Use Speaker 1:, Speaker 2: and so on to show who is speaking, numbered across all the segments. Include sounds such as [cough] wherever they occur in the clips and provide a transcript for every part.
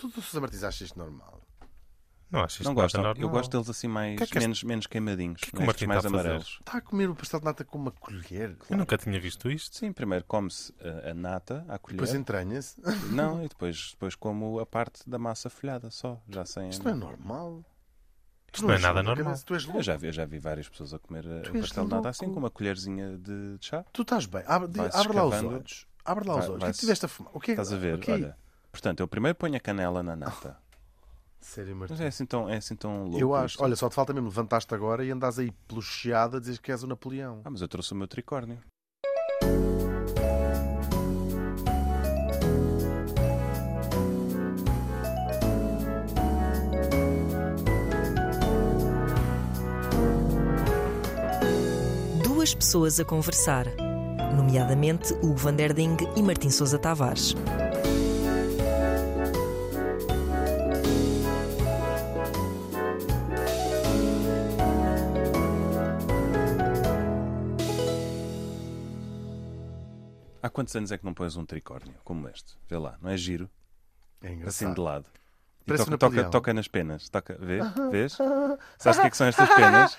Speaker 1: Tu, tu Sousa Martins, achas isto normal?
Speaker 2: Não acho isto
Speaker 3: Não
Speaker 2: nada
Speaker 3: gosto.
Speaker 2: normal.
Speaker 3: Eu gosto deles assim mais,
Speaker 2: Que é que este-
Speaker 3: menos, menos queimadinhos.
Speaker 2: que o
Speaker 3: nestes
Speaker 2: Martim
Speaker 3: mais
Speaker 2: está a fazer?
Speaker 3: amarelos.
Speaker 1: Está a comer o pastel de nata com uma colher?
Speaker 2: Eu nunca tinha visto isto.
Speaker 3: Sim, primeiro come-se a, a nata à colher.
Speaker 1: Depois entranha-se.
Speaker 2: então?
Speaker 3: [laughs] Não, e depois, depois como a parte da massa folhada só, já sem.
Speaker 1: Isto não é normal.
Speaker 2: Isto não é nada
Speaker 1: louco,
Speaker 2: normal.
Speaker 1: cabeça, Tu és louco.
Speaker 3: Eu já, vi, eu já vi várias pessoas a comer uh,
Speaker 1: Tu
Speaker 3: um
Speaker 1: és
Speaker 3: pastel de nata
Speaker 1: louco.
Speaker 3: assim, com uma colherzinha de de chá.
Speaker 1: Tu estás bem. Abre, diga-
Speaker 3: Vai-se
Speaker 1: abre lá os
Speaker 3: escavando.
Speaker 1: olhos. Abre lá os
Speaker 3: Vai-
Speaker 1: olhos. O que é que
Speaker 3: vai-se-
Speaker 1: tiveste a fumar? O que é que-
Speaker 3: Estás a ver?
Speaker 1: o que é-
Speaker 3: Olha, portanto, eu primeiro ponho a canela na
Speaker 2: [laughs]
Speaker 3: nata.
Speaker 1: Sério,
Speaker 3: Mas
Speaker 1: Martins.
Speaker 3: é assim tão, é assim tão louco.
Speaker 1: Eu acho.
Speaker 3: isto.
Speaker 1: Olha, só te falta mesmo. Levantaste agora e andas aí pelo chiado a dizer que és o Napoleão. É
Speaker 3: Ah, mas eu trouxe o meu tricórnio.
Speaker 4: Duas pessoas a conversar, nomeadamente Hugo van der Ding e Martim Sousa Tavares.
Speaker 3: Há quantos anos é que não pões um tricórnio como este? Vê lá, não é giro?
Speaker 1: É
Speaker 3: Assim de
Speaker 1: engraçado.
Speaker 3: lado. E
Speaker 1: Parece Ah,
Speaker 3: toca,
Speaker 1: um
Speaker 3: toca-
Speaker 1: Napoleão.
Speaker 3: toca nas penas. Toca, vê? Vês? Sabes o que é que são
Speaker 1: Ah,
Speaker 3: estas penas?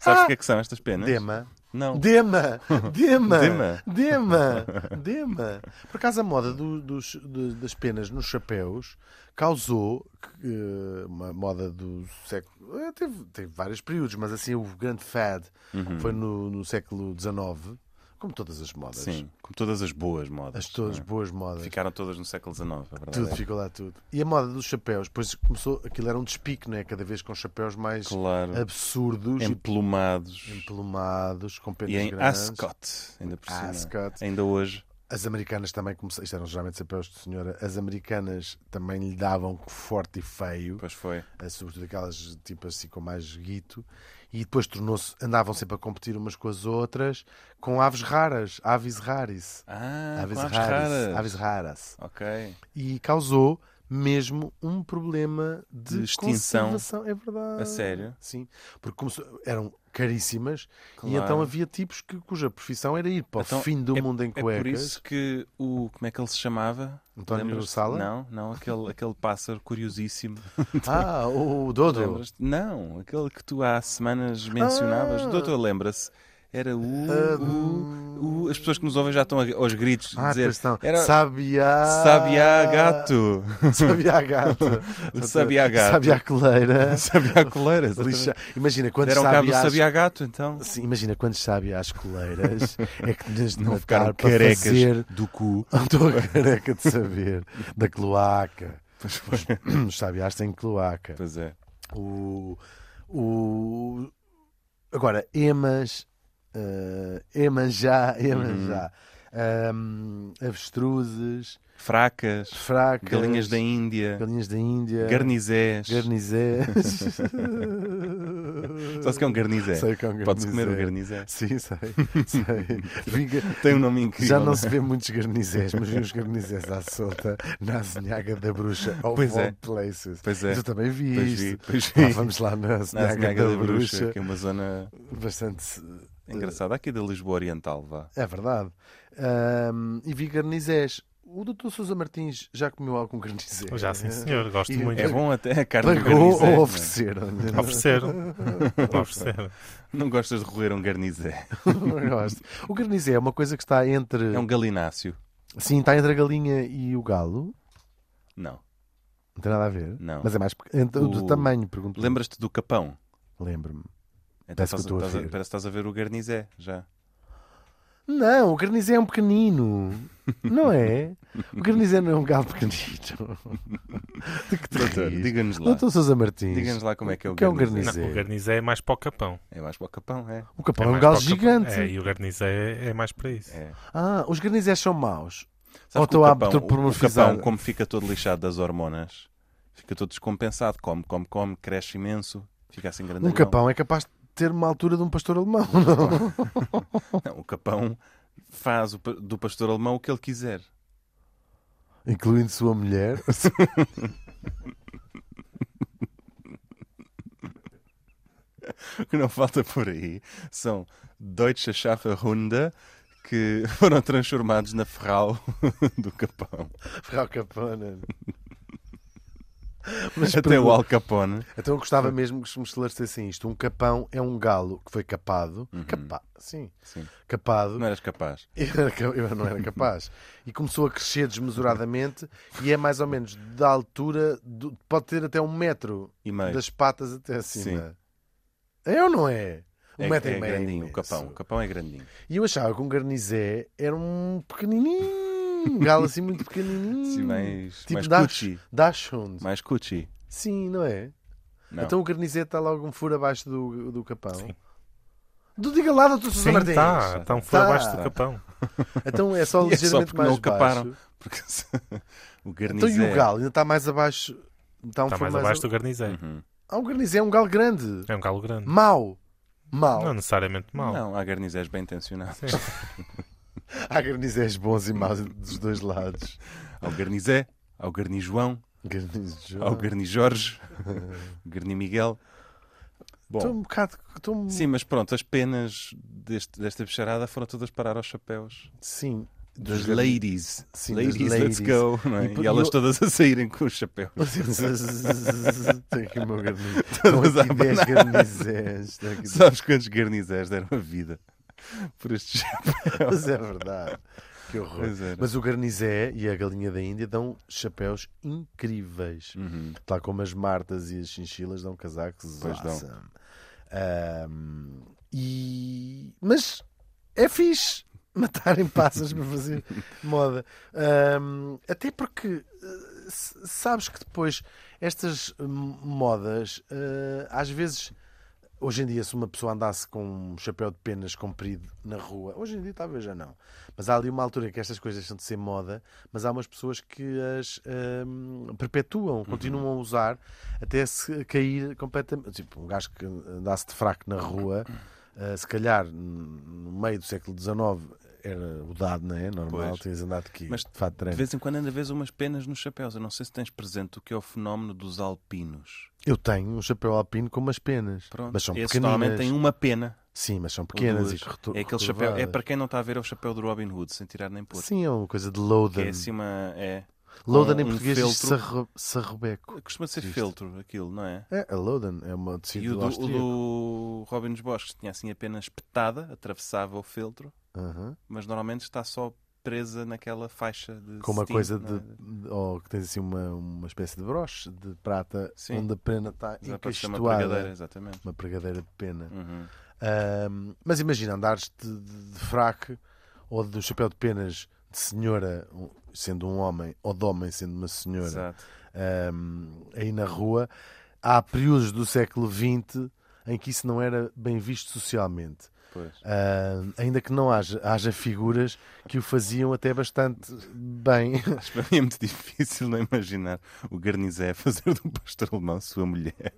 Speaker 3: Sabes o que é que são estas penas?
Speaker 1: Dema.
Speaker 3: Não.
Speaker 1: Dema. Dema.
Speaker 3: Dema.
Speaker 1: Dema. Dema. Por acaso a moda do- dos, de- das penas nos chapéus causou eh, uma moda do século. eh, Teve, teve vários períodos, mas assim o grande fad
Speaker 3: Uhum.
Speaker 1: foi no, no século XIX, como todas as modas.
Speaker 3: Sim, como todas as boas modas.
Speaker 1: As todas boas modas.
Speaker 3: Ficaram todas no século XIX, a verdade.
Speaker 1: Tudo,
Speaker 3: é.
Speaker 1: ficou lá tudo. E a moda dos chapéus, depois começou, aquilo era um despique, não é? Cada vez com chapéus mais
Speaker 3: Claro.
Speaker 1: absurdos,
Speaker 3: Emplumados.
Speaker 1: emplumados, com penas
Speaker 3: E em
Speaker 1: grandes.
Speaker 3: Ascot, ainda por cima.
Speaker 1: Ascot.
Speaker 3: Ainda hoje.
Speaker 1: As americanas também começaram, isto eram geralmente chapéus de senhora, as americanas também lhe davam forte e feio,
Speaker 3: Pois foi.
Speaker 1: eh, sobretudo aquelas tipo assim com mais guito, e depois tornou-se, andavam sempre a competir umas com as outras, com aves raras, aves raris.
Speaker 3: Ah,
Speaker 1: aves
Speaker 3: com aves
Speaker 1: raras.
Speaker 3: raras.
Speaker 1: Aves raras.
Speaker 3: Ok.
Speaker 1: e causou mesmo um problema de,
Speaker 3: De extinção.
Speaker 1: conservação. É verdade.
Speaker 3: A sério?
Speaker 1: Sim. Porque começou- eram caríssimas e
Speaker 3: Claro.
Speaker 1: então havia tipos que, cuja profissão era ir para
Speaker 3: Então,
Speaker 1: o fim do
Speaker 3: é-
Speaker 1: mundo em
Speaker 3: É por
Speaker 1: cuecas.
Speaker 3: isso que o. Como é que ele se chamava?
Speaker 1: António
Speaker 3: Lembras-te?
Speaker 1: Sala?
Speaker 3: Não, não, aquele, aquele pássaro curiosíssimo.
Speaker 1: Ah, o Dodo.
Speaker 3: Lembras-te? Não, aquele que tu há semanas mencionavas.
Speaker 1: Ah!
Speaker 3: Doutor, lembra-se? Era o, o, o- As pessoas que nos ouvem já estão a- aos gritos
Speaker 1: Ah,
Speaker 3: a dizer.
Speaker 1: pois tá. não.
Speaker 3: Era
Speaker 1: Sabiá.
Speaker 3: Sabiá
Speaker 1: [laughs]
Speaker 3: Gato.
Speaker 1: Sabiá
Speaker 3: [laughs]
Speaker 1: gato.
Speaker 3: Sabiá gato.
Speaker 1: Sabiá coleira.
Speaker 3: Sabiá Coleiras.
Speaker 1: Lixa- Imagina quantos
Speaker 3: Deram um cabo do
Speaker 1: sabiás-
Speaker 3: Sabiá Gato, então.
Speaker 1: Sim, imagina quantos sabiá às coleiras é que tens de
Speaker 3: Não
Speaker 1: matar
Speaker 3: ficaram
Speaker 1: para
Speaker 3: carecas
Speaker 1: fazer
Speaker 3: do
Speaker 1: [laughs]
Speaker 3: cu.
Speaker 1: Estou careca de saber. Da cloaca. Os sabiás têm cloaca.
Speaker 3: Pois é.
Speaker 1: O, o... Agora, emas. eh, [laughs] emanjá,
Speaker 3: Uhum.
Speaker 1: emanjá. Ahm, avestruzes,
Speaker 3: Fracas,
Speaker 1: fracas.
Speaker 3: galinhas da Índia,
Speaker 1: galinhas da Índia.
Speaker 3: garnizés.
Speaker 1: Garnizés.
Speaker 3: [laughs] Só se que é um garnizé.
Speaker 1: Sei que é um
Speaker 3: Pode-se comer o
Speaker 1: garnizé.
Speaker 3: garnizé.
Speaker 1: Sim, sei.
Speaker 3: [laughs]
Speaker 1: sei. Vinga-
Speaker 3: Tem um nome incrível.
Speaker 1: Já não se vê muitos garnizés, mas vi uns garnizés à solta na Azinhaga da Bruxa. Of
Speaker 3: Pois
Speaker 1: all
Speaker 3: é.
Speaker 1: places.
Speaker 3: Pois é.
Speaker 1: Mas Eu também vi
Speaker 3: Pois vi,
Speaker 1: isto.
Speaker 3: pois
Speaker 1: Lá
Speaker 3: vi.
Speaker 1: vamos lá na Azinhaga,
Speaker 3: Na Azinhaga
Speaker 1: da, Bruxa.
Speaker 3: que é uma zona
Speaker 1: Bastante.
Speaker 3: engraçada. Aqui da Lisboa Oriental, vá.
Speaker 1: É verdade. Ahm, e vi garnizés. O doutor Sousa Martins já comeu algum garnizé?
Speaker 2: Já, sim, senhor. Gosto
Speaker 1: E-
Speaker 2: muito.
Speaker 3: É bom até a carne de
Speaker 1: Pagou
Speaker 3: garnizé.
Speaker 1: ou
Speaker 3: não é? [laughs]
Speaker 1: ofereceram?
Speaker 2: [laughs] Ofereceram.
Speaker 1: [laughs]
Speaker 2: Ofereceram.
Speaker 3: Não gostas de roer um garnizé.
Speaker 1: Não gosto. o garnizé é uma coisa que está entre.
Speaker 3: É um galináceo.
Speaker 1: Sim, está entre a galinha e o galo.
Speaker 3: Não.
Speaker 1: Não tem nada a ver.
Speaker 3: Não.
Speaker 1: Mas é mais. pe- Entre,
Speaker 3: O-
Speaker 1: Do tamanho, pergunto.
Speaker 3: Lembras-te do capão?
Speaker 1: Lembro-me.
Speaker 3: Então
Speaker 1: Parece que
Speaker 3: estás,
Speaker 1: eu estou a
Speaker 3: estás a-
Speaker 1: ver.
Speaker 3: parece que estás a ver o garnizé já.
Speaker 1: Não, o garnizé é um pequenino. Não é? O garnizé não é um galo pequenino. [laughs] De que te
Speaker 3: Doutor,
Speaker 1: rires?
Speaker 3: diga-nos lá.
Speaker 1: Doutor Sousa Martins.
Speaker 3: Diga-nos lá como é que é o
Speaker 1: que é um
Speaker 3: garnizé.
Speaker 1: garnizé?
Speaker 2: Não, o garnizé é mais para o capão.
Speaker 3: É mais para o capão, é.
Speaker 1: O capão é, um
Speaker 2: mais
Speaker 1: galo
Speaker 2: para o capão.
Speaker 1: gigante.
Speaker 2: É, e o garnizé é mais para isso.
Speaker 3: é.
Speaker 1: Ah, os garnizés são maus. Ou
Speaker 3: Sabes que
Speaker 1: estou a
Speaker 3: o capão, o- o
Speaker 1: apostrofizar.
Speaker 3: capão, como fica todo lixado das hormonas, fica todo descompensado, come, come, come, cresce imenso, fica assim grande.
Speaker 1: Um capão é capaz de ter uma altura de um pastor alemão, [laughs] não?
Speaker 3: Não, o capão faz o pa- do pastor alemão o que ele quiser.
Speaker 1: Incluindo sua [laughs] mulher.
Speaker 3: O que não falta por aí são Deutsche Schaferhunde que [laughs] foram transformados na ferral [laughs] do capão.
Speaker 1: Ferral Capone.
Speaker 3: Até o Al Capone.
Speaker 1: Então eu gostava mesmo que se me esclarecessem isto. Um capão é um galo que foi capado. Capa... Sim.
Speaker 3: Sim.
Speaker 1: Capado.
Speaker 3: Não eras capaz.
Speaker 1: Eu [laughs] era ca- eu não era capaz. E começou a crescer desmesuradamente e é mais ou menos da altura, do- pode ter até um metro
Speaker 3: E meio.
Speaker 1: das patas até acima. É ou não é? Um
Speaker 3: É,
Speaker 1: metro
Speaker 3: é
Speaker 1: e meio.
Speaker 3: grandinho, o
Speaker 1: imenso.
Speaker 3: capão. O capão é grandinho.
Speaker 1: E eu achava que um garnizé era um pequenininho, um galo assim muito pequenininho.
Speaker 3: Sim, mais,
Speaker 1: tipo
Speaker 3: mais
Speaker 1: da-
Speaker 3: cuchi.
Speaker 1: Dachshund.
Speaker 3: Mais cuchi.
Speaker 1: Sim, não é?
Speaker 3: Não.
Speaker 1: Então o garnizé está logo um furo abaixo do, do capão.
Speaker 2: Sim.
Speaker 1: Do diga lá, doutor Sousa
Speaker 2: Sim,
Speaker 1: Martins.
Speaker 2: está. Está um furo
Speaker 1: Tá.
Speaker 2: abaixo do capão.
Speaker 1: Então é só
Speaker 3: [laughs] E é só
Speaker 1: ligeiramente
Speaker 3: porque
Speaker 1: mais
Speaker 3: não o caparam.
Speaker 1: baixo.
Speaker 3: Porque [laughs] se- o
Speaker 1: Então
Speaker 3: garnizé...
Speaker 1: e o galo ainda está mais abaixo. Está um furo
Speaker 2: Está Tá mais abaixo do garnizeiro.
Speaker 3: Uhum.
Speaker 1: Ah, o garnizé é um galo grande.
Speaker 2: É um galo grande.
Speaker 1: Mau. Mau.
Speaker 2: Não necessariamente mal.
Speaker 3: Não, há garnizés bem intencionados.
Speaker 1: Há garnizés bons e maus dos dois lados.
Speaker 3: Ao garnizé, ao garnijoão,
Speaker 1: Garnizé.
Speaker 3: ao [laughs] garnijorge, o garnimiguel. Bom,
Speaker 1: Estou um bocado. Estou... um-
Speaker 3: sim, mas pronto, as penas deste- desta bicharada foram todas parar aos chapéus
Speaker 1: Sim.
Speaker 3: das
Speaker 1: garni-
Speaker 3: ladies.
Speaker 1: Sim, das
Speaker 3: ladies, let's
Speaker 1: ladies.
Speaker 3: go. não é?
Speaker 1: E
Speaker 3: E,
Speaker 1: por-
Speaker 3: elas
Speaker 1: eu-
Speaker 3: todas a saírem com os chapéus.
Speaker 1: [laughs] Tem aqui o meu garnizé.
Speaker 3: Todas
Speaker 1: Estão aqui
Speaker 3: à
Speaker 1: 10
Speaker 3: banana.
Speaker 1: garnizés. Estão aqui
Speaker 3: Sabes quantos garnizés deram a vida por estes chapéus?
Speaker 1: Mas é verdade. Que horror.
Speaker 3: Pois era.
Speaker 1: Mas o garnizé e a galinha da Índia dão chapéus incríveis.
Speaker 3: Uhum.
Speaker 1: Tal como as martas e as chinchilas dão casacos.
Speaker 3: Pois dão.
Speaker 1: awesome. Ahm, e... Mas é fixe matarem passas para
Speaker 3: [laughs]
Speaker 1: fazer moda. Ahm, até porque eh, s- sabes que depois estas hum, modas eh, às vezes Hoje em dia, se uma pessoa andasse com um chapéu de penas comprido na rua, hoje em dia talvez já não, mas há ali uma altura em que estas coisas são de ser moda, mas há umas pessoas que as hum,
Speaker 3: Uhum.
Speaker 1: perpetuam, continuam a usar até se cair completamente. Tipo, um gajo que andasse de fraco na rua, ah, se calhar no meio do século XIX era o dado, não é? Normal,
Speaker 3: Pois.
Speaker 1: tinhas andado aqui,
Speaker 3: Mas
Speaker 1: de fato,
Speaker 3: De
Speaker 1: treino.
Speaker 3: vez em quando ainda vês umas penas nos chapéus. Eu não sei se tens presente o que é o fenómeno dos alpinos.
Speaker 1: Eu tenho um chapéu alpino com umas penas,
Speaker 3: Pronto.
Speaker 1: mas são
Speaker 3: Esses
Speaker 1: pequeninas.
Speaker 3: normalmente têm uma pena.
Speaker 1: Sim, mas são
Speaker 3: ou
Speaker 1: pequenas e
Speaker 3: duas.
Speaker 1: retu-
Speaker 3: É aquele chapéu. É
Speaker 1: returvadas.
Speaker 3: para quem não está a ver, é o chapéu do Robin Hood, sem tirar nem pôr.
Speaker 1: Sim, é uma coisa de
Speaker 3: Que
Speaker 1: Loden.
Speaker 3: é assim uma. É,
Speaker 1: Loden em
Speaker 3: um
Speaker 1: português diz
Speaker 3: feltro.
Speaker 1: sarro- sarrobeco.
Speaker 3: costuma ser
Speaker 1: Existe.
Speaker 3: feltro aquilo, não é?
Speaker 1: É, a Loden é uma
Speaker 3: E
Speaker 1: tecido
Speaker 3: o do, o
Speaker 1: austríaco.
Speaker 3: do Robin dos Bosques tinha assim apenas petada, atravessava o feltro,
Speaker 1: Aham.
Speaker 3: mas normalmente está só presa naquela faixa de.
Speaker 1: Com uma
Speaker 3: cetim,
Speaker 1: coisa
Speaker 3: não é?
Speaker 1: de, de- ou que tens assim uma, uma espécie de broche de prata
Speaker 3: Sim.
Speaker 1: onde a pena está
Speaker 3: Dá para ser uma pregadeira,
Speaker 1: encastuada.
Speaker 3: exatamente.
Speaker 1: Uma pregadeira de pena.
Speaker 3: Uhum.
Speaker 1: Ahm, mas imagina andares de, de, de fraco ou do chapéu de penas de senhora um- sendo um homem ou de homem sendo uma senhora.
Speaker 3: Exato.
Speaker 1: hum, aí na rua, há períodos do século XX em que isso não era bem visto socialmente.
Speaker 3: Pois.
Speaker 1: Hum, ainda que não haja, haja figuras que o faziam até bastante bem. [laughs]
Speaker 3: Acho para mim é muito [laughs] difícil não imaginar o Garnizé a fazer do pastor alemão sua mulher.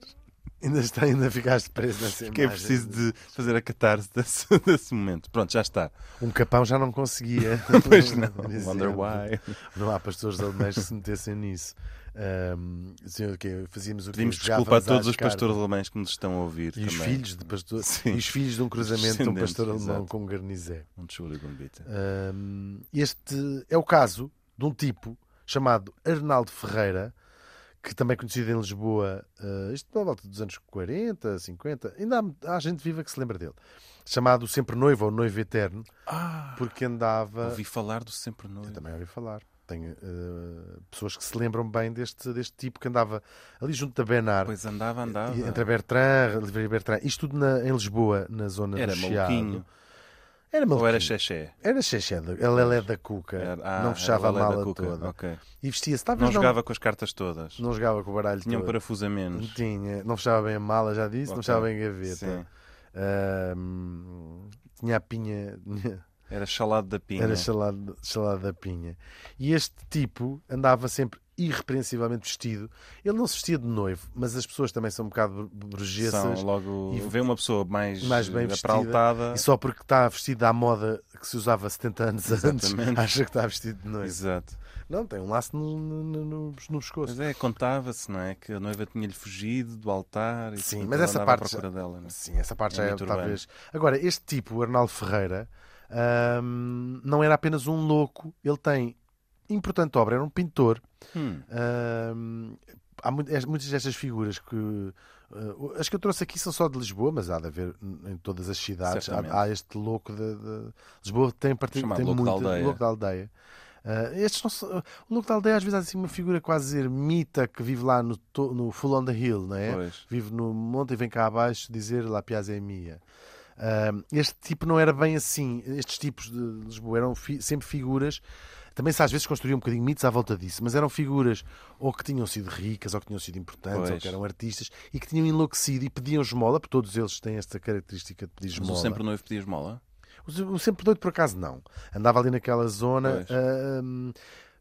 Speaker 1: ainda, está, ainda ficaste preso nessa
Speaker 3: Que é
Speaker 1: imagem.
Speaker 3: preciso de fazer a catarse desse, [laughs] desse momento. Pronto, já está.
Speaker 1: Um capão já não conseguia.
Speaker 3: [laughs]
Speaker 1: [laughs]
Speaker 3: Pois não.
Speaker 1: Por exemplo.
Speaker 3: Wonder why.
Speaker 1: Não há pastores alemães que se metessem nisso. Hum, diziam o quê? Fazíamos o quê?
Speaker 3: Pedimos
Speaker 1: Jogávamos
Speaker 3: desculpa a
Speaker 1: às
Speaker 3: todos os
Speaker 1: cartas.
Speaker 3: pastores alemães que nos estão a ouvir.
Speaker 1: E os,
Speaker 3: também.
Speaker 1: filhos de pastor,
Speaker 3: Sim.
Speaker 1: e os filhos de um cruzamento de um
Speaker 3: descendentes,
Speaker 1: pastor alemão
Speaker 3: exato.
Speaker 1: com um garnizé.
Speaker 3: Um Entschuldigung, bitte.
Speaker 1: Hum, este é o caso de um tipo chamado Arnaldo Ferreira, que também é conhecido em Lisboa, eh, isto pela volta dos anos 40, 50, ainda há, há gente viva que se lembra dele, chamado Sempre Noivo ou Noivo Eterno,
Speaker 3: Ah,
Speaker 1: porque andava.
Speaker 3: ouvi falar do sempre noivo.
Speaker 1: Eu também ouvi falar. Tenho eh, pessoas que se lembram bem deste, deste tipo que andava ali junto da Benar.
Speaker 3: Pois é. andava, andava.
Speaker 1: e- Entre a Bertrand, Livraria Bertrand, isto tudo na- em Lisboa, na zona
Speaker 3: Era
Speaker 1: do Chiado.
Speaker 3: maluquinho.
Speaker 1: Era maluquinho.
Speaker 3: Ou era xexé?
Speaker 1: Era xexé, da- a Lelé é da Cuca.
Speaker 3: Era- ah,
Speaker 1: não fechava
Speaker 3: era
Speaker 1: a
Speaker 3: Lelé da
Speaker 1: mala
Speaker 3: Cuca,
Speaker 1: toda.
Speaker 3: ok.
Speaker 1: E vestia-se, talvez
Speaker 3: Não
Speaker 1: não,
Speaker 3: jogava com as cartas todas.
Speaker 1: não jogava com o baralho
Speaker 3: Tinha um
Speaker 1: todo.
Speaker 3: parafuso a
Speaker 1: Não
Speaker 3: menos.
Speaker 1: tinha, não fechava bem a mala, já disse, não
Speaker 3: Ok.
Speaker 1: fechava bem a
Speaker 3: Sim.
Speaker 1: gaveta. Ahm, tinha a pinha, [laughs] tinha-
Speaker 3: Era chalado da pinha.
Speaker 1: era chalado, chalado da pinha. E este tipo andava sempre irrepreensivelmente vestido. Ele não se vestia de noivo, mas as pessoas também são um bocado br-
Speaker 3: São
Speaker 1: brejessas.
Speaker 3: logo
Speaker 1: e-
Speaker 3: vê uma pessoa mais,
Speaker 1: mais bem vestida.
Speaker 3: apraltada.
Speaker 1: E só porque está vestido à moda que se usava 70 anos antes, [laughs]
Speaker 3: Exatamente.
Speaker 1: acha que está vestido de noivo.
Speaker 3: Exato.
Speaker 1: Não, tem um laço no, no- no- no- no pescoço.
Speaker 3: Mas é, contava-se, não é? Que a noiva tinha-lhe fugido do altar e
Speaker 1: Sim,
Speaker 3: portanto,
Speaker 1: mas
Speaker 3: ele
Speaker 1: essa
Speaker 3: andava à
Speaker 1: parte já-
Speaker 3: procura dela, não é?
Speaker 1: Sim, essa parte
Speaker 3: É
Speaker 1: já é
Speaker 3: muito urbano.
Speaker 1: talvez. Agora, este tipo, o Arnaldo Ferreira, Ahm, não era apenas um louco, ele tem importante obra, era um pintor.
Speaker 3: Hum.
Speaker 1: Ahm, há mu- es- muitas destas figuras que. eh, as que eu trouxe aqui são só de Lisboa, mas há de haver em todas as cidades. Há,
Speaker 3: Certamente.
Speaker 1: há este louco de, de- Lisboa tem, parti-
Speaker 3: Chamado
Speaker 1: tem
Speaker 3: louco da
Speaker 1: muita-
Speaker 3: aldeia.
Speaker 1: louco da aldeia. Ah, estes não são- o louco da aldeia às vezes há assim uma figura quase ermita que vive lá no, to- no Full on the Hill, não é?
Speaker 3: Pois.
Speaker 1: vive no monte e vem cá abaixo dizer La Piazza é minha. Ahm, este tipo não era bem assim. Estes tipos de Lisboa eram fi- sempre figuras. Também se às vezes construíam um bocadinho mitos à volta disso, mas eram figuras ou que tinham sido ricas, ou que tinham sido importantes, ou
Speaker 3: Pois.
Speaker 1: que eram artistas e que tinham enlouquecido e pediam esmola, porque todos eles têm esta característica de pedir
Speaker 3: Mas
Speaker 1: esmola.
Speaker 3: o sempre noivo pedia esmola?
Speaker 1: O sempre doido, por acaso, não. Andava ali naquela zona,
Speaker 3: Pois.
Speaker 1: ahm,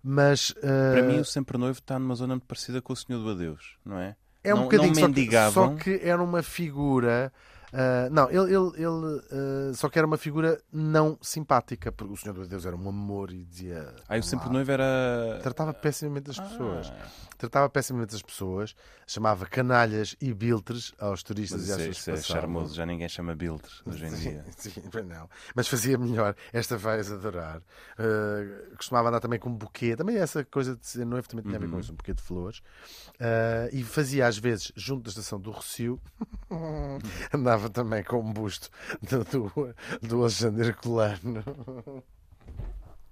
Speaker 1: mas.
Speaker 3: Para
Speaker 1: ah,
Speaker 3: mim, o sempre noivo está numa zona muito parecida com o Senhor do Adeus, não é?
Speaker 1: É um
Speaker 3: não,
Speaker 1: bocadinho
Speaker 3: não
Speaker 1: só que-
Speaker 3: mendigavam.
Speaker 1: Só, que, era uma figura. ah, não, ele, ele, ele, ah, só que era uma figura não simpática, porque o Senhor do Deus era um amor e dizia.
Speaker 3: Aí Ah, o
Speaker 1: "Olá".
Speaker 3: sempre noivo era.
Speaker 1: Tratava pessimamente as pessoas.
Speaker 3: Ah,
Speaker 1: Tratava pessimamente as pessoas, chamava canalhas e biltres aos turistas
Speaker 3: mas
Speaker 1: e às
Speaker 3: isso, é-
Speaker 1: pessoas.
Speaker 3: isso é
Speaker 1: que passavam.
Speaker 3: charmoso, já ninguém chama Biltres hoje em
Speaker 1: Sim,
Speaker 3: dia.
Speaker 1: [laughs] sim, pois não. Mas fazia melhor. Esta vais adorar. Uh, costumava andar também com um buquê. Também essa coisa de ser noivo também tinha a ver com isso, um buquê de flores. Uh, e fazia às vezes, junto da estação do Rocio, [laughs] andava também com um busto do, do, do Alexandre Colano.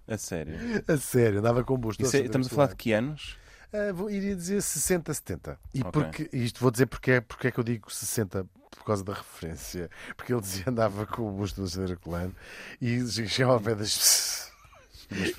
Speaker 3: A sério.
Speaker 1: [laughs] A sério, andava com um busto. do
Speaker 3: Isso é-
Speaker 1: Alexandre
Speaker 3: estamos a falar
Speaker 1: Colano.
Speaker 3: de que anos?
Speaker 1: Ah, vou- iria dizer 60, 70. E
Speaker 3: Ok.
Speaker 1: porque, isto vou dizer porque é, porque é que eu digo 60, por causa da referência. Porque ele dizia andava com o busto do Alexandre Colano e chegava ao pé das pessoas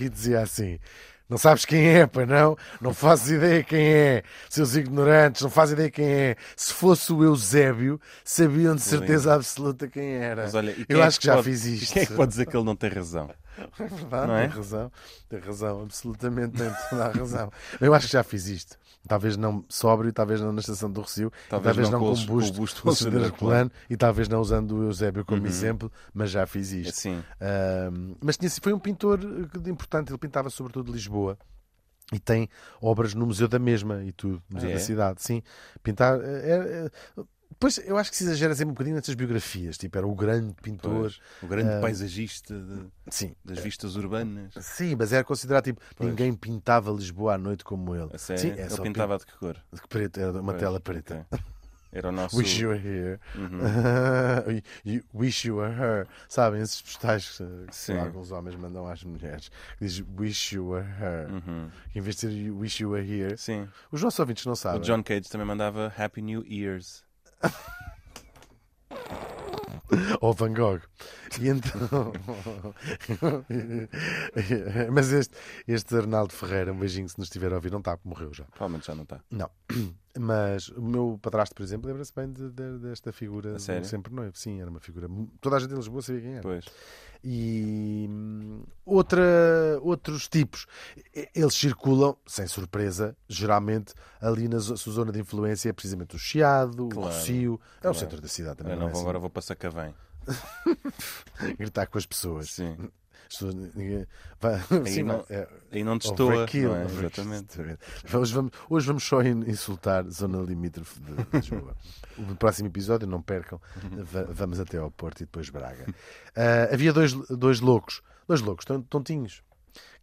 Speaker 1: e dizia assim: Não sabes quem é, pá, não? Não fazes ideia quem é. Seus ignorantes, não fazes ideia quem é. Se fosse o Eusébio, sabiam de certeza absoluta quem era.
Speaker 3: Mas olha, e quem
Speaker 1: eu
Speaker 3: é
Speaker 1: acho que, já
Speaker 3: pode-
Speaker 1: fiz
Speaker 3: e
Speaker 1: isto.
Speaker 3: Quem é que pode dizer que ele não tem razão?
Speaker 1: É [laughs] verdade,
Speaker 3: Não é?
Speaker 1: tem razão, tem razão, absolutamente tem toda a razão. Eu acho que já fiz isto. Talvez não sóbrio, talvez não na estação do Recio,
Speaker 3: Talvez
Speaker 1: talvez,
Speaker 3: não
Speaker 1: não, com
Speaker 3: com os-
Speaker 1: o busto,
Speaker 3: com o busto
Speaker 1: do Alexandre
Speaker 3: Alexandre
Speaker 1: Herculano e talvez não usando o Eusébio como
Speaker 3: Uhum.
Speaker 1: exemplo, mas já fiz isto. é
Speaker 3: Assim.
Speaker 1: Ahm, mas tinha, sido- foi um pintor eh, de importante, ele pintava sobretudo Lisboa. E tem obras no Museu da mesma e tudo, no Museu
Speaker 3: Ah, é?
Speaker 1: da Cidade, sim. Pintar. eh, eh, Pois eu acho que se exagera sempre um bocadinho nessas biografias, tipo, era o grande pintor.
Speaker 3: Pois, o grande
Speaker 1: ah,
Speaker 3: paisagista de-
Speaker 1: Sim,
Speaker 3: das vistas urbanas.
Speaker 1: Sim, mas era considerado tipo, ninguém pintava Lisboa à noite como ele.
Speaker 3: A sério?
Speaker 1: Sim, é
Speaker 3: ele
Speaker 1: só
Speaker 3: pintava de que cor?
Speaker 1: pin- de preto, era uma
Speaker 3: Pois,
Speaker 1: tela preta.
Speaker 3: ok. Era o
Speaker 1: [laughs]
Speaker 3: nosso.
Speaker 1: Wish you were here.
Speaker 3: Uhum.
Speaker 1: [laughs] You- you- wish you were her. Sabem, esses postais que, que
Speaker 3: Sim.
Speaker 1: alguns homens mandam às mulheres. que Diz wish you were her.
Speaker 3: Uhum.
Speaker 1: Em vez de ser you- wish you were here.
Speaker 3: Sim.
Speaker 1: Os nossos ouvintes não
Speaker 3: O
Speaker 1: sabem.
Speaker 3: John Cage também mandava Happy New Year's.
Speaker 1: Ou Van Gogh. E então. [laughs] mas este, este Arnaldo Ferreira, um beijinho se nos estiver a ouvir, não está, porque morreu já.
Speaker 3: Provavelmente já não tá. está.
Speaker 1: Não. Mas o meu padrasto, por exemplo, lembra-se bem de- de- desta figura do
Speaker 3: sério?
Speaker 1: sempre noivo. Sim, era uma figura. mu- Toda a gente em Lisboa sabia quem era.
Speaker 3: Pois.
Speaker 1: E hum, outra, outros tipos. E- Eles circulam, sem surpresa, geralmente ali na zo- sua zona de influência é precisamente o Chiado,
Speaker 3: Claro,
Speaker 1: o Rocio. É o
Speaker 3: claro.
Speaker 1: centro da cidade também.
Speaker 3: Olha,
Speaker 1: Não,
Speaker 3: não vou-
Speaker 1: é
Speaker 3: agora vou para Sacavém.
Speaker 1: assim, gritar com as pessoas.
Speaker 3: Sim.
Speaker 1: As pessoas ninguém- vai- Sim,
Speaker 3: não-
Speaker 1: vai- é-
Speaker 3: Aí não destoa.
Speaker 1: Overkill,
Speaker 3: Não é?
Speaker 1: overkill,
Speaker 3: Exatamente.
Speaker 1: exatamente. Hoje vamos, hoje vamos só in- insultar a zona limítrofe de de
Speaker 3: [laughs]
Speaker 1: Lisboa. o próximo episódio, não percam,
Speaker 3: Uhum.
Speaker 1: va- vamos até ao Porto e depois Braga. Ah, havia dois, dois loucos, dois loucos, ton- tontinhos,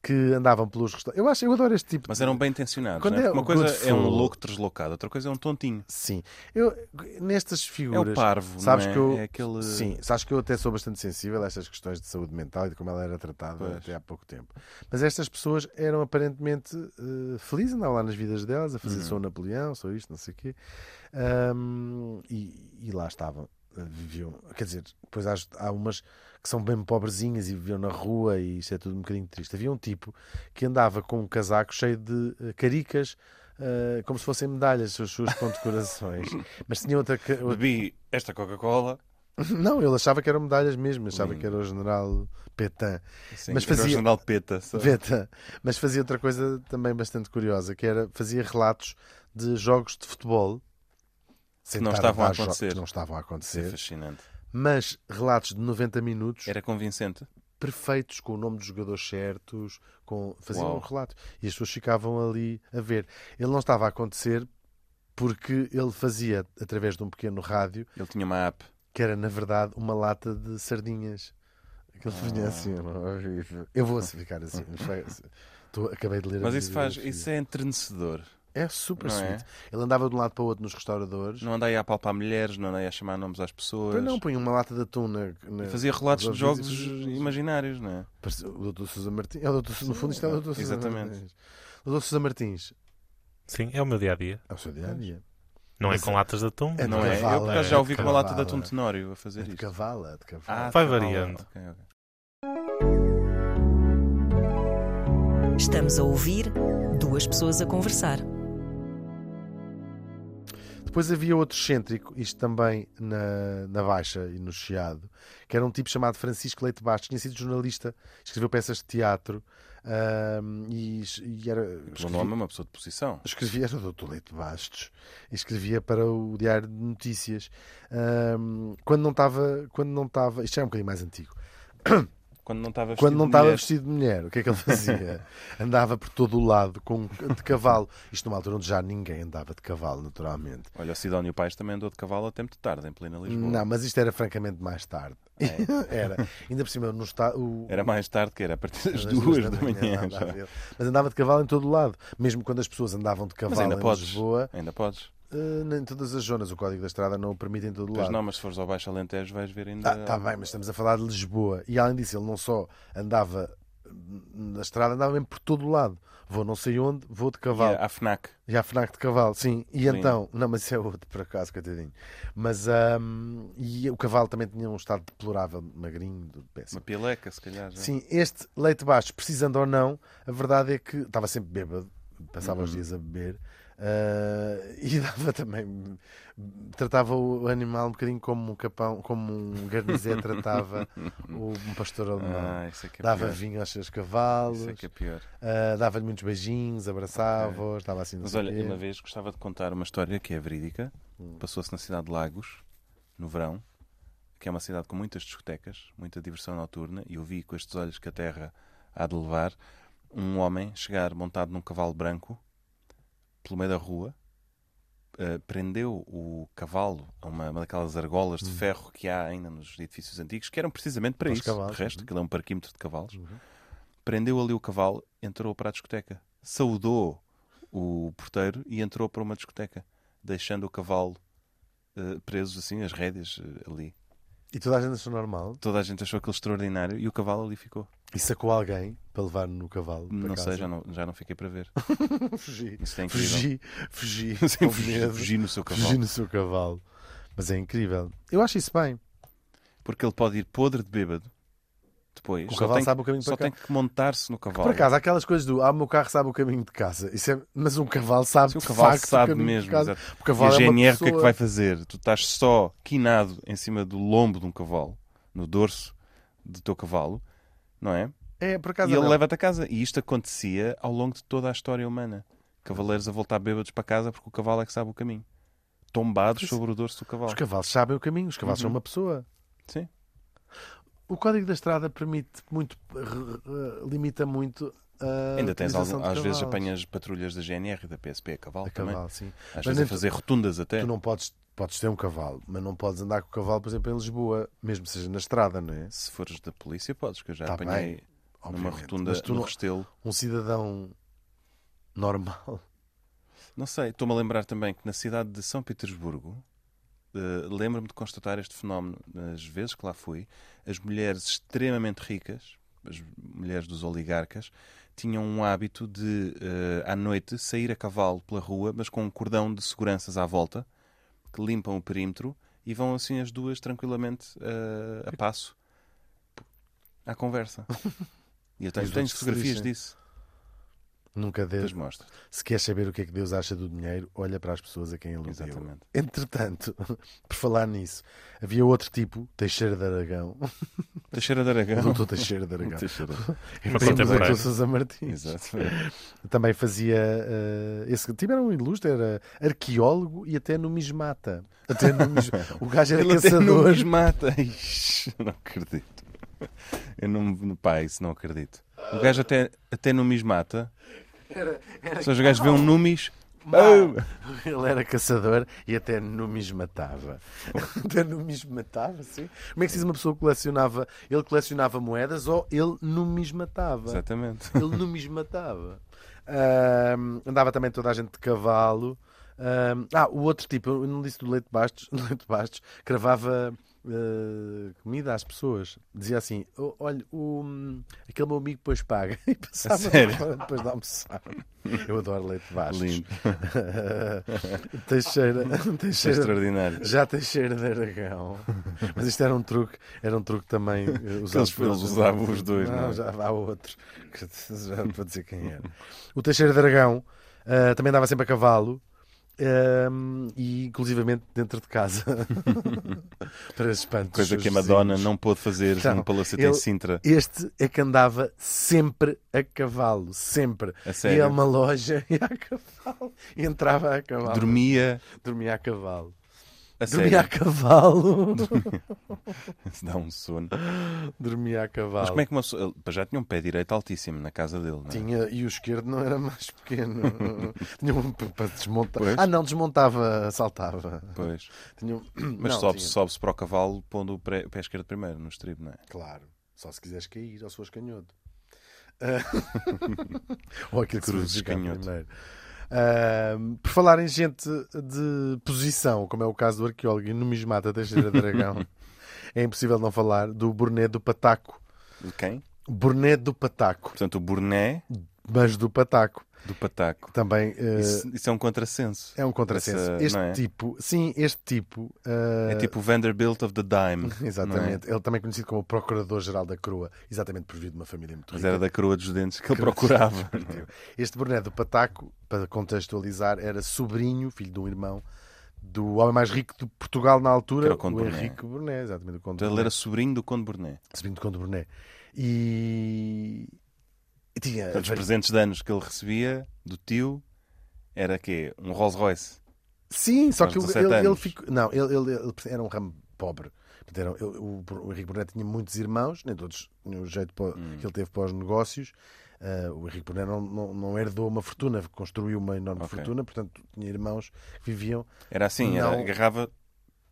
Speaker 1: que andavam pelos restaurantes. Eu acho, eu adoro este tipo
Speaker 3: Mas
Speaker 1: de.
Speaker 3: eram bem intencionados.
Speaker 1: Quando
Speaker 3: não
Speaker 1: é
Speaker 3: é? Porque uma
Speaker 1: o
Speaker 3: coisa é um
Speaker 1: Godfrey-
Speaker 3: louco deslocado, outra coisa é um tontinho.
Speaker 1: Sim, eu, nestas
Speaker 3: É
Speaker 1: figuras.
Speaker 3: o parvo,
Speaker 1: Sabes
Speaker 3: não é?
Speaker 1: que eu,
Speaker 3: É aquele...
Speaker 1: Sim, sabes que eu até sou bastante sensível a estas questões de saúde mental e de como ela era tratada
Speaker 3: Pois.
Speaker 1: até há pouco tempo. Mas estas pessoas eram aparentemente eh, felizes, andavam lá nas vidas delas, a fazer sou Napoleão, sou isto, não sei o quê. Ahm, e, e lá estavam. eh, Viviam, quer dizer, depois há, as- há umas que são bem pobrezinhas e viviam na rua, e isto é tudo um bocadinho triste. Havia um tipo que andava com um casaco cheio de eh, caricas, eh, como se fossem medalhas, as suas condecorações, mas tinha outra, ca-
Speaker 3: Bebi esta Coca-Cola.
Speaker 1: não, ele achava que eram medalhas mesmo, achava
Speaker 3: Lindo.
Speaker 1: que era o general Petain.
Speaker 3: Sim,
Speaker 1: Mas
Speaker 3: assim, que era o
Speaker 1: fazia-
Speaker 3: jornal Peta. só.
Speaker 1: Petain. Mas fazia outra coisa também bastante curiosa, que era fazia relatos de jogos de futebol sem
Speaker 3: não
Speaker 1: estar
Speaker 3: estavam a
Speaker 1: dar jo-
Speaker 3: acontecer.
Speaker 1: que não estavam a
Speaker 3: Isso é
Speaker 1: acontecer,
Speaker 3: fascinante.
Speaker 1: mas relatos de 90 minutos
Speaker 3: Era convincente.
Speaker 1: perfeitos, com o nome dos jogadores certos, com... faziam
Speaker 3: Uau.
Speaker 1: um relato. E as pessoas ficavam ali a ver. Ele não estava a acontecer porque ele fazia através de um pequeno rádio
Speaker 3: Ele tinha uma app.
Speaker 1: que era na verdade uma lata de sardinhas Que ele se vinha assim, não? eu vou se ficar assim. Estou- acabei de ler a
Speaker 3: Mas
Speaker 1: minha
Speaker 3: isso faz.
Speaker 1: biografia.
Speaker 3: Isso é entrenecedor.
Speaker 1: É super
Speaker 3: Não é?
Speaker 1: sweet. Ele andava de um lado para o outro nos restauradores.
Speaker 3: Não andei a apalpar mulheres, não andei a chamar nomes às pessoas.
Speaker 1: Pois não, punha uma lata de atum na. na-
Speaker 3: E fazia relatos de
Speaker 1: nos
Speaker 3: jogos
Speaker 1: ouvidos e-
Speaker 3: imaginários, não é?
Speaker 1: Parecia O Dr. Sousa Martins. É o Dr. Sousa- No fundo, isto é o Dr. Sousa
Speaker 3: exatamente.
Speaker 1: Martins. O Dr. Sousa Martins.
Speaker 2: Sim, é o meu dia a dia.
Speaker 1: É o seu dia a dia.
Speaker 2: Não
Speaker 1: Mas
Speaker 2: é com latas de atum.
Speaker 1: é
Speaker 2: não
Speaker 3: Não é?
Speaker 1: Cavala,
Speaker 3: Eu por acaso já ouvi com uma lata de
Speaker 1: cavala.
Speaker 3: atum tenório a fazer
Speaker 1: É de
Speaker 3: isto.
Speaker 1: cavala, de cavala.
Speaker 3: Ah,
Speaker 2: Vai
Speaker 3: cavala.
Speaker 2: variando.
Speaker 3: Ok, ok.
Speaker 4: Estamos a ouvir duas pessoas a conversar.
Speaker 1: Depois havia outro excêntrico, isto também na, na Baixa e no Chiado, que era um tipo chamado Francisco Leite Bastos, tinha sido jornalista, escreveu peças de teatro ahm, e, e era.
Speaker 3: Pelo nome é uma pessoa de posição.
Speaker 1: Escrevia, era o Dr. Leite Bastos, e escrevia para o Diário de Notícias. Ahm, quando não estava, quando não estava, isto já é um bocadinho mais antigo.
Speaker 3: Quando não estava vestido
Speaker 1: Quando não
Speaker 3: de
Speaker 1: estava
Speaker 3: mulher.
Speaker 1: vestido de mulher, o que é que ele
Speaker 3: [laughs]
Speaker 1: fazia? andava por todo o lado com, de cavalo. Isto numa altura onde já ninguém andava de cavalo, naturalmente.
Speaker 3: Olha, o Sidónio Paes também andou de cavalo a tempo de tarde, em plena Lisboa.
Speaker 1: Não, mas isto era francamente mais tarde. É, era. Ainda por cima, no está, o,
Speaker 3: Era mais tarde que era, a partir das
Speaker 1: às
Speaker 3: duas da manhã.
Speaker 1: andava
Speaker 3: já.
Speaker 1: ele. Mas andava de cavalo em todo o lado. Mesmo quando as pessoas andavam de
Speaker 3: Mas
Speaker 1: cavalo
Speaker 3: ainda
Speaker 1: em
Speaker 3: podes.
Speaker 1: Lisboa,
Speaker 3: Ainda podes.
Speaker 1: eh, em todas as zonas, o código da estrada não o permite em todo o
Speaker 3: Pois
Speaker 1: lado.
Speaker 3: não, mas se fores ao Baixo Alentejo vais ver ainda.
Speaker 1: Ah, tá bem, mas estamos a falar de Lisboa. E além disso, ele não só andava hum, na estrada, andava mesmo por todo o lado. Vou não sei onde, vou de
Speaker 3: E
Speaker 1: cavalo.
Speaker 3: a- a FNAC.
Speaker 1: Já FNAC de cavalo, sim. E
Speaker 3: Sim.
Speaker 1: então, não, mas isso é outro por acaso, coitadinho. Mas ahm, e o cavalo também tinha um estado deplorável, magrinho, de- péssimo.
Speaker 3: Uma pileca, se calhar. Já.
Speaker 1: Sim, este leite baixo, precisando ou não, a verdade é que estava sempre bêbado, passava
Speaker 3: Uhum.
Speaker 1: os dias a beber ah, [laughs] e dava também. Tratava o animal um bocadinho como um capão, como um garnizé
Speaker 3: [laughs]
Speaker 1: tratava o- um pastor alemão.
Speaker 3: Ah, isso é que é
Speaker 1: dava
Speaker 3: pior.
Speaker 1: vinho aos seus cavalos,
Speaker 3: Isso é que é pior.
Speaker 1: ah, dava-lhe muitos beijinhos, abraçava-os, estava assim. não
Speaker 3: Mas
Speaker 1: sei
Speaker 3: olha,
Speaker 1: quê. Hum.
Speaker 3: uma vez gostava de contar uma história que é verídica. Passou-se na cidade de Lagos, no verão, que é uma cidade com muitas discotecas, muita diversão noturna, e eu vi com estes olhos que a terra há de levar um homem chegar montado num cavalo branco pelo meio da rua. eh, prendeu o cavalo a uma, uma daquelas argolas de ferro que há ainda nos edifícios antigos, que eram precisamente para
Speaker 1: Hum. Para os
Speaker 3: isso.
Speaker 1: cavalos,
Speaker 3: de resto,
Speaker 1: uhum.
Speaker 3: aquilo é um parquímetro de cavalos. Prendeu ali o cavalo, entrou para a discoteca. Saudou o porteiro e entrou para uma discoteca, deixando o cavalo eh, preso assim, as rédeas eh, ali.
Speaker 1: E toda a gente achou normal.
Speaker 3: Toda a gente achou aquilo extraordinário e o cavalo ali ficou.
Speaker 1: E sacou alguém para levar no cavalo. Para
Speaker 3: não
Speaker 1: casa.
Speaker 3: sei, já não, já não fiquei para ver.
Speaker 1: [laughs] Fugi.
Speaker 3: Isso é incrível.
Speaker 1: [laughs] Fugi, fugi.
Speaker 3: [laughs] Sim,
Speaker 1: com
Speaker 3: fugi,
Speaker 1: medo.
Speaker 3: fugi no seu cavalo.
Speaker 1: Fugi no seu cavalo. Mas é incrível. Eu acho isso bem.
Speaker 3: Porque ele pode ir podre de bêbado. Depois,
Speaker 1: O
Speaker 3: só
Speaker 1: cavalo
Speaker 3: tem,
Speaker 1: sabe o caminho
Speaker 3: só
Speaker 1: para
Speaker 3: tem
Speaker 1: cá.
Speaker 3: que montar-se no cavalo.
Speaker 1: Por acaso, há aquelas coisas do ah, o meu carro sabe o caminho de casa. Isso é... Mas um cavalo sabe
Speaker 3: Se o
Speaker 1: de
Speaker 3: cavalo
Speaker 1: facto, um
Speaker 3: sabe
Speaker 1: o caminho de
Speaker 3: mesmo.
Speaker 1: casa.
Speaker 3: exato.
Speaker 1: O
Speaker 3: E a
Speaker 1: cavalo é uma
Speaker 3: GNR, o que é que
Speaker 1: pessoa-
Speaker 3: vai fazer? Tu estás só quinado em cima do lombo de um cavalo, no dorso do teu cavalo, não é?
Speaker 1: É, por acaso.
Speaker 3: E ele
Speaker 1: não.
Speaker 3: leva-te a casa. E isto acontecia ao longo de toda a história humana. Cavaleiros a voltar bêbados para casa porque o cavalo é que sabe o caminho. Tombados sobre o dorso do
Speaker 1: Os
Speaker 3: cavalo.
Speaker 1: cavalos sabem o caminho. Os cavalos são uma pessoa.
Speaker 3: Uhum. Sim.
Speaker 1: O código da estrada permite muito. r- r- limita muito. A
Speaker 3: Ainda tens
Speaker 1: utilização
Speaker 3: algum,
Speaker 1: de
Speaker 3: às vezes
Speaker 1: cavalos.
Speaker 3: apanhas patrulhas da GNR e da PSP a cavalo
Speaker 1: A
Speaker 3: também. É.
Speaker 1: cavalo, sim.
Speaker 3: Às
Speaker 1: Mas
Speaker 3: vezes
Speaker 1: nem
Speaker 3: a fazer rotundas até.
Speaker 1: Tu não podes, podes ter um cavalo, mas não podes andar com o cavalo, por exemplo, em Lisboa, mesmo que seja na estrada, não é?
Speaker 3: Se fores da polícia, podes, que eu já
Speaker 1: Tá
Speaker 3: apanhei numa
Speaker 1: Obviamente.
Speaker 3: rotunda
Speaker 1: Mas tu
Speaker 3: no
Speaker 1: não-
Speaker 3: Restelo.
Speaker 1: um cidadão normal. [laughs]
Speaker 3: Não sei, estou-me a lembrar também que na cidade de São Petersburgo, eh, lembro-me de constatar este fenómeno nas vezes que lá fui, as mulheres extremamente ricas, as mulheres dos oligarcas, tinham um hábito de, eh, à noite, sair a cavalo pela rua, mas com um cordão de seguranças à volta, que limpam o perímetro e vão assim as duas tranquilamente eh, a passo
Speaker 1: [laughs]
Speaker 3: à conversa. E eu tenho,
Speaker 1: os
Speaker 3: tenho
Speaker 1: outros que se
Speaker 3: fotografias
Speaker 1: lixem.
Speaker 3: disso.
Speaker 1: Nunca
Speaker 3: Depois
Speaker 1: Deus.
Speaker 3: mostro.
Speaker 1: Se queres saber o que é que Deus acha do dinheiro, olha para as pessoas a quem ele o deu.
Speaker 3: Exatamente.
Speaker 1: Entretanto, [laughs] por falar nisso, havia outro tipo, Teixeira de
Speaker 3: [laughs]
Speaker 1: Aragão.
Speaker 3: Teixeira de Aragão.
Speaker 1: O doutor Teixeira de [laughs] Aragão.
Speaker 3: Teixeira.
Speaker 2: Uma
Speaker 1: Primo do
Speaker 2: contemporânea.
Speaker 1: doutor Sousa Martins.
Speaker 3: Exato.
Speaker 1: Também fazia. eh, esse tipo era um ilustre, era arqueólogo e até numismata. Até
Speaker 3: [laughs]
Speaker 1: numis... o gajo era
Speaker 3: Ele até
Speaker 1: caçador.
Speaker 3: nos mata. Ixi, eu não acredito. Eu não. Pá, isso não acredito. O gajo até, até numis mata. Se os gajos vêem um numis,
Speaker 1: Mau. [laughs] Ele era caçador e até numismatava. [laughs] até numismatava, sim. Como é que se diz uma pessoa que colecionava? Ele colecionava moedas ou ele numismatava?
Speaker 3: Exatamente.
Speaker 1: [laughs]
Speaker 3: [laughs]
Speaker 1: Ele numismatava. Ahm, andava também toda a gente de cavalo. Ahm, ah, o outro tipo, eu não disse do Leite Bastos, [laughs] o Leite Bastos cravava eh, comida às pessoas. Dizia assim: "Ó, olha, o, aquele meu amigo depois paga. [laughs] E passava
Speaker 3: sério?
Speaker 1: fora depois de almoçar. Eu adoro
Speaker 3: [laughs]
Speaker 1: Leite Bastos.
Speaker 3: Lindo.
Speaker 1: [laughs]
Speaker 3: [laughs]
Speaker 1: Teixeira,
Speaker 3: Isso é
Speaker 1: Teixeira
Speaker 3: extraordinário.
Speaker 1: já Teixeira de
Speaker 3: [laughs]
Speaker 1: Aragão. Mas isto era um truque, era um truque também eh, usado.
Speaker 3: Eles-
Speaker 1: por
Speaker 3: eles usavam os dois, não é?
Speaker 1: Já há outro. que Já não vou dizer quem era. O Teixeira de Aragão eh, também andava sempre a cavalo. eh, e inclusivamente dentro de casa
Speaker 3: [laughs]
Speaker 1: para espantos
Speaker 3: Coisa que a
Speaker 1: dos
Speaker 3: Madonna
Speaker 1: vizinhos.
Speaker 3: não pôde fazer
Speaker 1: Então,
Speaker 3: no Palacete
Speaker 1: ele-
Speaker 3: em Sintra.
Speaker 1: Este é que andava sempre a cavalo, sempre.
Speaker 3: A
Speaker 1: Ia a
Speaker 3: sério.
Speaker 1: uma loja e a cavalo. E entrava a cavalo.
Speaker 3: Dormia
Speaker 1: Dormia a cavalo.
Speaker 3: a
Speaker 1: Dormia a
Speaker 3: sério.
Speaker 1: cavalo.
Speaker 3: [laughs] Dá um sono.
Speaker 1: Dormia a cavalo.
Speaker 3: Mas como é que uma pessoa. ele- pá, Já tinha um pé direito altíssimo na casa dele, não é?
Speaker 1: Tinha, e o esquerdo não era mais
Speaker 3: [laughs]
Speaker 1: pequeno. tinha um p- para desmontar.
Speaker 3: Pois.
Speaker 1: Ah, não, desmontava, saltava.
Speaker 3: Pois.
Speaker 1: Tinha um-
Speaker 3: Mas
Speaker 1: não,
Speaker 3: sobe-se
Speaker 1: tinha-
Speaker 3: sobe para o cavalo pondo o pré- o pé esquerdo primeiro no estribo, não é?
Speaker 1: Claro, só se quiseres cair ou se fores canhoto. Ah,
Speaker 3: [laughs]
Speaker 1: ou aquilo que se
Speaker 3: Cruzes
Speaker 1: verifica
Speaker 3: canhoto.
Speaker 1: primeiro. Ah, por falar em gente de posição, como é o caso do arqueólogo e numismata Teixeira de
Speaker 3: [laughs]
Speaker 1: Aragão, é impossível não falar do Burnet do Pataco.
Speaker 3: De quem?
Speaker 1: Burnet do Pataco,
Speaker 3: Portanto, o Burné
Speaker 1: mas do Pataco.
Speaker 3: do Pataco.
Speaker 1: Também eh,
Speaker 3: Isso, isso é um contrassenso.
Speaker 1: é um contrassenso.
Speaker 3: essa-
Speaker 1: este
Speaker 3: não é?
Speaker 1: tipo, sim, este tipo. eh,
Speaker 3: É tipo o Vanderbilt of
Speaker 1: [laughs]
Speaker 3: the Dime. não é?
Speaker 1: Exatamente. Ele também é conhecido como o Procurador-Geral da Croa, exatamente por vir de uma família muito
Speaker 3: Mas
Speaker 1: rica.
Speaker 3: era da coroa dos dentes que
Speaker 1: [laughs]
Speaker 3: ele procurava.
Speaker 1: Este Brunet do Pataco, para contextualizar, era sobrinho, filho de um irmão, do homem mais rico de Portugal na
Speaker 3: Que
Speaker 1: altura,
Speaker 3: era o Conde
Speaker 1: o
Speaker 3: Brunet.
Speaker 1: Henrique Brunet, exatamente, o Conde
Speaker 3: Então ele era
Speaker 1: Brunet,
Speaker 3: sobrinho do Conde Burné.
Speaker 1: sobrinho do Conde Brunet. E... e tinha...
Speaker 3: Portanto, os presentes de anos que ele recebia do tio era quê? Um Rolls Royce.
Speaker 1: Sim, só
Speaker 3: aos
Speaker 1: que ele,
Speaker 3: 17
Speaker 1: ele- ele
Speaker 3: anos.
Speaker 1: ficou... Não, ele, ele- ele era um ramo pobre. Portanto, era- ele- o, o Henrique Brunet tinha muitos irmãos, nem todos tinham o jeito para-
Speaker 3: Hum.
Speaker 1: que ele teve para os negócios. Ah, o Henrique Brunet não, não- não herdou uma fortuna, construiu uma enorme
Speaker 3: Ok.
Speaker 1: fortuna, portanto tinha irmãos que viviam
Speaker 3: Era assim, era,
Speaker 1: Não.
Speaker 3: agarrava,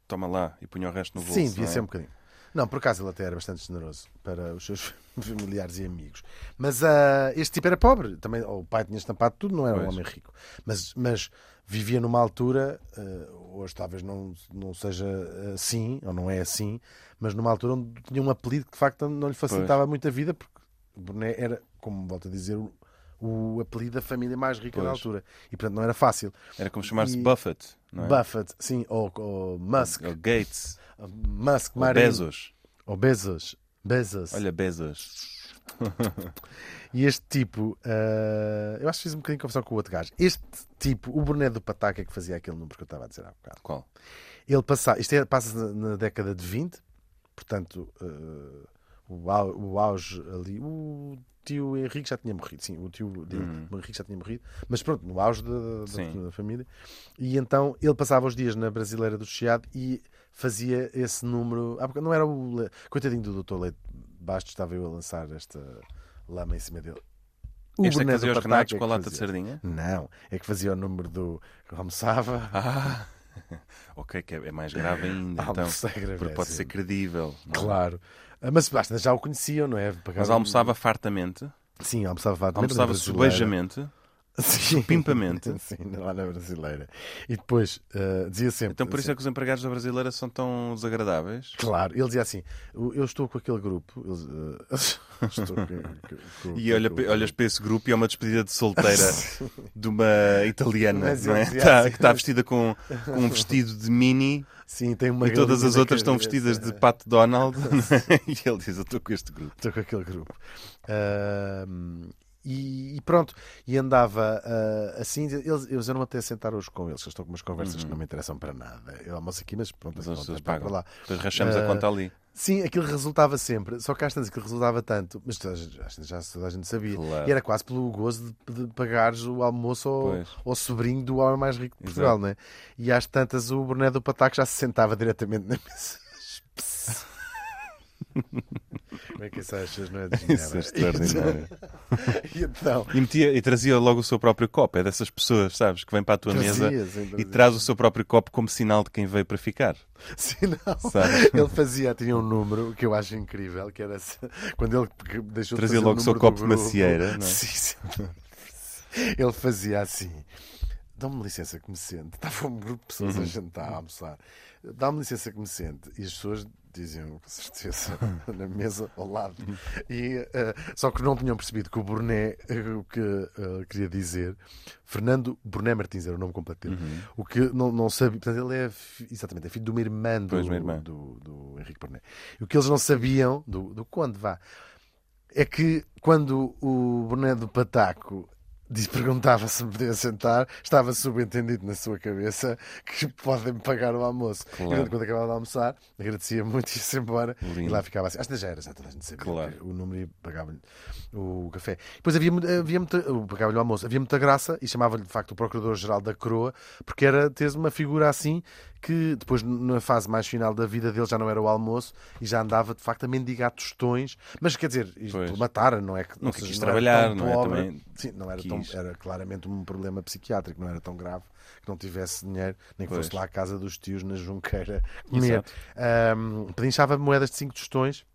Speaker 3: toma lá e punha o resto no bolso.
Speaker 1: Sim, devia
Speaker 3: não é?
Speaker 1: ser um bocadinho. Não, por acaso ele até era bastante generoso para os seus [laughs] familiares e amigos. Mas ah, este tipo era pobre, também ou o pai tinha estampado tudo, não era um
Speaker 3: Pois.
Speaker 1: homem rico. Mas, mas vivia numa altura, ah, hoje talvez não, não seja assim, ou não é assim, mas numa altura onde tinha um apelido que de facto não lhe facilitava muito a vida, porque Boné era, como volto a dizer, o, o apelido da família mais rica da
Speaker 3: Pois.
Speaker 1: altura. E portanto não era fácil.
Speaker 3: Era como chamar-se
Speaker 1: E-
Speaker 3: Buffett, não é?
Speaker 1: Buffett, sim, ou, ou Musk,
Speaker 3: Ou Gates,
Speaker 1: Musk,
Speaker 3: ou
Speaker 1: Mark
Speaker 3: Bezos.
Speaker 1: ou Bezos. Bezos.
Speaker 3: Olha, Bezos.
Speaker 1: E este tipo, eh, eu acho que fiz um bocadinho de confusão com o outro gajo. Este tipo, o Brunet do Pataca é que fazia aquele número que eu estava a dizer há bocado.
Speaker 3: Qual?
Speaker 1: Ele passa, isto é, passa na, na década de 20, portanto, eh, o, au- o auge ali. O tio Henrique já tinha morrido, sim, o tio dele, o Henrique já tinha morrido, mas pronto, no auge da, da-
Speaker 3: Uhum. Sim.
Speaker 1: da família. E então ele passava os dias na Brasileira do Chiado e fazia esse número. Ah, porque não era o. Le- Coitadinho do Dr. Leite Bastos, estava eu a lançar esta lama em cima dele. O
Speaker 3: este é que
Speaker 1: Bernardo
Speaker 3: fazia os
Speaker 1: Pataca
Speaker 3: renatos
Speaker 1: é que
Speaker 3: com a lata de
Speaker 1: fazia.
Speaker 3: sardinha?
Speaker 1: Não, é que fazia o número do. Almoçava.
Speaker 3: Ah, [laughs] ok, que é é mais grave ainda,
Speaker 1: Ah,
Speaker 3: então.
Speaker 1: Almocega,
Speaker 3: Porque pode
Speaker 1: é
Speaker 3: ser credível. não é?
Speaker 1: Claro. Ah, Mas basta, já o conheciam, não é? Por acaso-
Speaker 3: Mas almoçava fartamente,
Speaker 1: Sim, almoçava fartamente na
Speaker 3: almoçava
Speaker 1: Brasileira.
Speaker 3: subejamente.
Speaker 1: [laughs] Sim.
Speaker 3: supimpamente.
Speaker 1: [laughs] Sim, lá na brasileira. E depois ah, dizia sempre.
Speaker 3: Então por isso é que os empregados da brasileira são tão desagradáveis.
Speaker 1: Claro, ele dizia assim: "Eu eu estou com aquele grupo. Eles, ah, [laughs] estou com- com- com-
Speaker 3: E olha,
Speaker 1: com-
Speaker 3: pe- olhas para esse grupo e é uma despedida
Speaker 1: [laughs]
Speaker 3: de solteira de uma italiana,
Speaker 1: Mas
Speaker 3: não é?
Speaker 1: eles,
Speaker 3: Tá-
Speaker 1: assim,
Speaker 3: que está vestida com, com um vestido de mini
Speaker 1: Sim, tem [laughs] uma é
Speaker 3: e todas
Speaker 1: galinha
Speaker 3: as
Speaker 1: na
Speaker 3: outras estão
Speaker 1: cabeça.
Speaker 3: vestidas de Pat
Speaker 1: [laughs]
Speaker 3: Donald. é? e ele diz: Eu estou com este grupo.
Speaker 1: Estou com aquele grupo. Ahm, e, e pronto, e andava ah, assim. Eles, eles andam até a sentar hoje com eles, que estão com umas conversas que não me interessam para nada. Eu almoço aqui, mas pronto,
Speaker 3: Uhum. Mas
Speaker 1: não
Speaker 3: as pessoas
Speaker 1: tem tempo
Speaker 3: pagam.
Speaker 1: para lá.
Speaker 3: Depois rachamos a
Speaker 1: Ah,
Speaker 3: conta ali.
Speaker 1: Sim, aquilo resultava sempre. Só que às tantas aquilo resultava tanto. Mas toda a gente- às tantas já toda a gente sabia.
Speaker 3: Claro.
Speaker 1: E era quase pelo gozo de, de pagares o almoço ao,
Speaker 3: Pois.
Speaker 1: ao sobrinho do homem mais rico de Portugal, não é? E
Speaker 3: [laughs]
Speaker 1: às tantas o Brunet do Pataco já se sentava diretamente na mesa. Como é que isso achas, não é
Speaker 3: Isso
Speaker 1: desdenhável?
Speaker 3: é extraordinário.
Speaker 1: E então,
Speaker 3: E, metia, e trazia logo o seu próprio copo. É dessas pessoas, sabes, que vem para a tua mesa
Speaker 1: trazia, sim,
Speaker 3: e
Speaker 1: trazia.
Speaker 3: traz o seu próprio copo como sinal de quem veio para ficar.
Speaker 1: [laughs] Sim, não.
Speaker 3: Sabe?
Speaker 1: Ele fazia, tinha um número que eu acho incrível, que era se- quando ele que deixou
Speaker 3: Trazia
Speaker 1: de fazer
Speaker 3: logo
Speaker 1: o
Speaker 3: o
Speaker 1: número
Speaker 3: seu
Speaker 1: do
Speaker 3: copo de
Speaker 1: grupo.
Speaker 3: macieira, não é?
Speaker 1: Sim, sim. Ele fazia assim. Dá-me licença que me sente. [laughs] Estava um grupo de pessoas
Speaker 3: Uhum.
Speaker 1: a jantar, a almoçar. Dá-me licença que me sente. E as pessoas diziam, com certeza, [laughs] na mesa ao lado.
Speaker 3: Uhum.
Speaker 1: E, eh, só que não tinham percebido que o Burné, eh, o que eh, queria dizer, Fernando Burné Martins era o nome completo dele.
Speaker 3: Uhum.
Speaker 1: O que não, não sabia, portanto, ele é, fi- exatamente, é filho de uma irmã do,
Speaker 3: Pois, uma irmã.
Speaker 1: do, do Henrique Burné. E o que eles não sabiam, do, do Conde, vá, é que quando o Boné do Pataco diz- perguntava se me podia sentar, estava subentendido na sua cabeça que podem pagar o almoço.
Speaker 3: Claro.
Speaker 1: E portanto, quando acabava de almoçar, agradecia muito e ia-se embora.
Speaker 3: Lindo.
Speaker 1: E lá ficava assim. Às vezes já era, já toda a gente sabia
Speaker 3: Claro.
Speaker 1: que o número e pagava-lhe o café. Depois havia, mu- havia muita, o- pagava-lhe o almoço. Havia muita graça e chamava-lhe de facto o Procurador-Geral da Coroa, porque era teres uma figura assim que depois na fase mais final da vida dele já não era o almoço e já andava de facto a mendigar tostões. Mas quer dizer, isto
Speaker 3: Pois.
Speaker 1: pelo matar, não é que
Speaker 3: Nunca
Speaker 1: ou seja,
Speaker 3: quis
Speaker 1: era
Speaker 3: trabalhar,
Speaker 1: tão
Speaker 3: não é?
Speaker 1: pobre.
Speaker 3: Também
Speaker 1: Sim, não era
Speaker 3: quis.
Speaker 1: tão. Era claramente um problema psiquiátrico, não era tão grave que não tivesse dinheiro, nem que
Speaker 3: Pois.
Speaker 1: fosse lá à casa dos tios na Junqueira comer.
Speaker 3: Exato.
Speaker 1: Um, pedinchava moedas de 5 tostões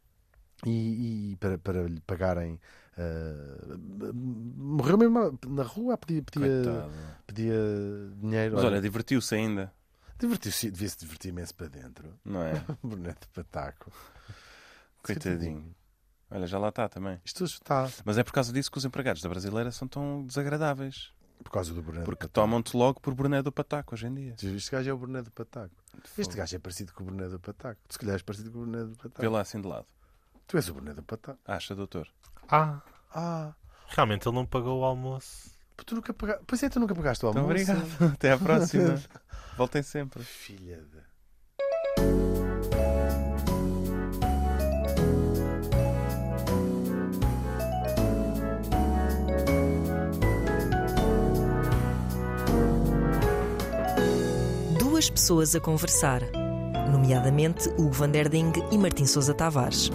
Speaker 1: e, e para, para lhe pagarem. ah, morreu mesmo a- na rua, pedia, pedia,
Speaker 3: Coitado.
Speaker 1: pedia dinheiro.
Speaker 3: Mas
Speaker 1: Olha,
Speaker 3: olha, divertiu-se ainda,
Speaker 1: divertiu-se- devia-se divertir imenso para dentro. [laughs]
Speaker 3: não é?
Speaker 1: Bruneto de Pataco.
Speaker 3: Coitadinho. Olha, já lá está também.
Speaker 1: Isto está
Speaker 3: Mas é por causa disso que os empregados da brasileira são tão desagradáveis.
Speaker 1: por causa do Bruneto.
Speaker 3: Porque
Speaker 1: de Pataco.
Speaker 3: tomam-te logo por Bruné do Pataco hoje em dia.
Speaker 1: Este gajo é o Bruneto de Pataco. Este gajo é parecido com o Bruneto do Pataco. Tu se calhar és parecido com o Bruneto do Pataco.
Speaker 3: Vê lá assim de lado.
Speaker 1: Tu és o Bruneto do Pataco.
Speaker 3: Acha, doutor?
Speaker 2: Ah,
Speaker 1: Ah,
Speaker 2: realmente ele não pagou o almoço.
Speaker 1: tu nunca pagaste. Pois é, tu nunca pagaste o
Speaker 3: Então,
Speaker 1: almoço.
Speaker 3: obrigado. [laughs] Até à próxima. Voltem sempre.
Speaker 1: Filha de.
Speaker 4: Duas pessoas a conversar, nomeadamente Hugo Van Der Ding e Martim Sousa Tavares.